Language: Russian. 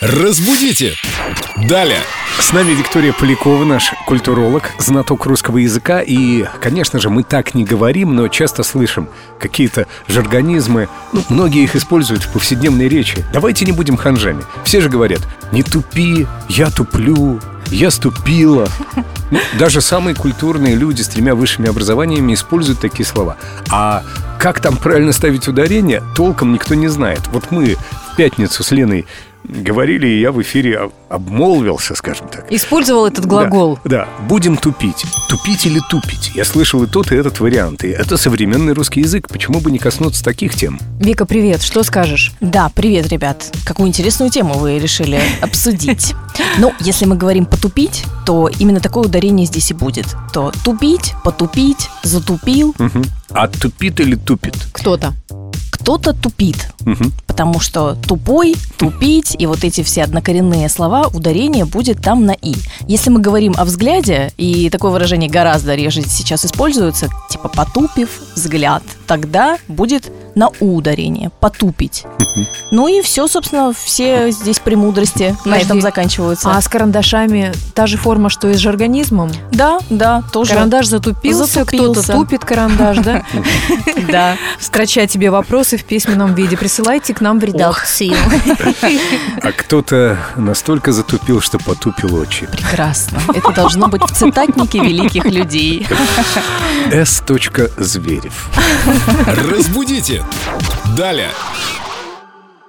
Разбудите! Далее! С нами Виктория Полякова, наш культуролог, знаток русского языка. И, конечно же, мы так не говорим, но часто слышим какие-то жаргонизмы. Ну, многие их используют в повседневной речи. Давайте не будем ханжами. Все же говорят «не тупи», «я туплю», «я ступила». Ну, даже самые культурные люди с тремя высшими образованиями используют такие слова. А как там правильно ставить ударение, толком никто не знает. Вот мы в пятницу с Леной говорили, и я в эфире об- обмолвился, скажем так. Использовал этот глагол. Да, да. будем тупить. Тупить или тупить. Я слышал и тот, и этот вариант. И это современный русский язык. Почему бы не коснуться таких тем? Вика, привет, что скажешь? Да, привет, ребят. Какую интересную тему вы решили обсудить. Ну, если мы говорим «потупить», то именно такое ударение здесь и будет. То «тупить», «потупить», «затупил». Мгм. А тупит или тупит? Кто-то. Кто-то тупит, Мгм. потому что «тупой», «тупить» и вот эти все однокоренные слова, ударение будет там на «и». Если мы говорим о взгляде, и такое выражение гораздо реже сейчас используется, типа «потупив взгляд», тогда будет на «у» ударение «потупить». Ну и все, собственно, все здесь премудрости на Подожди. этом заканчиваются. А с карандашами та же форма, что и с жаргонизмом. Да, да, тоже. Карандаш затупился, Затупился. кто-то тупит карандаш, да? Да. Строча тебе вопросы в письменном виде. Присылайте к нам в редакцию. А кто-то настолько затупил, что потупил очи. Прекрасно. Это должно быть в цитатнике великих людей. С. Зверев. Разбудите! Далее!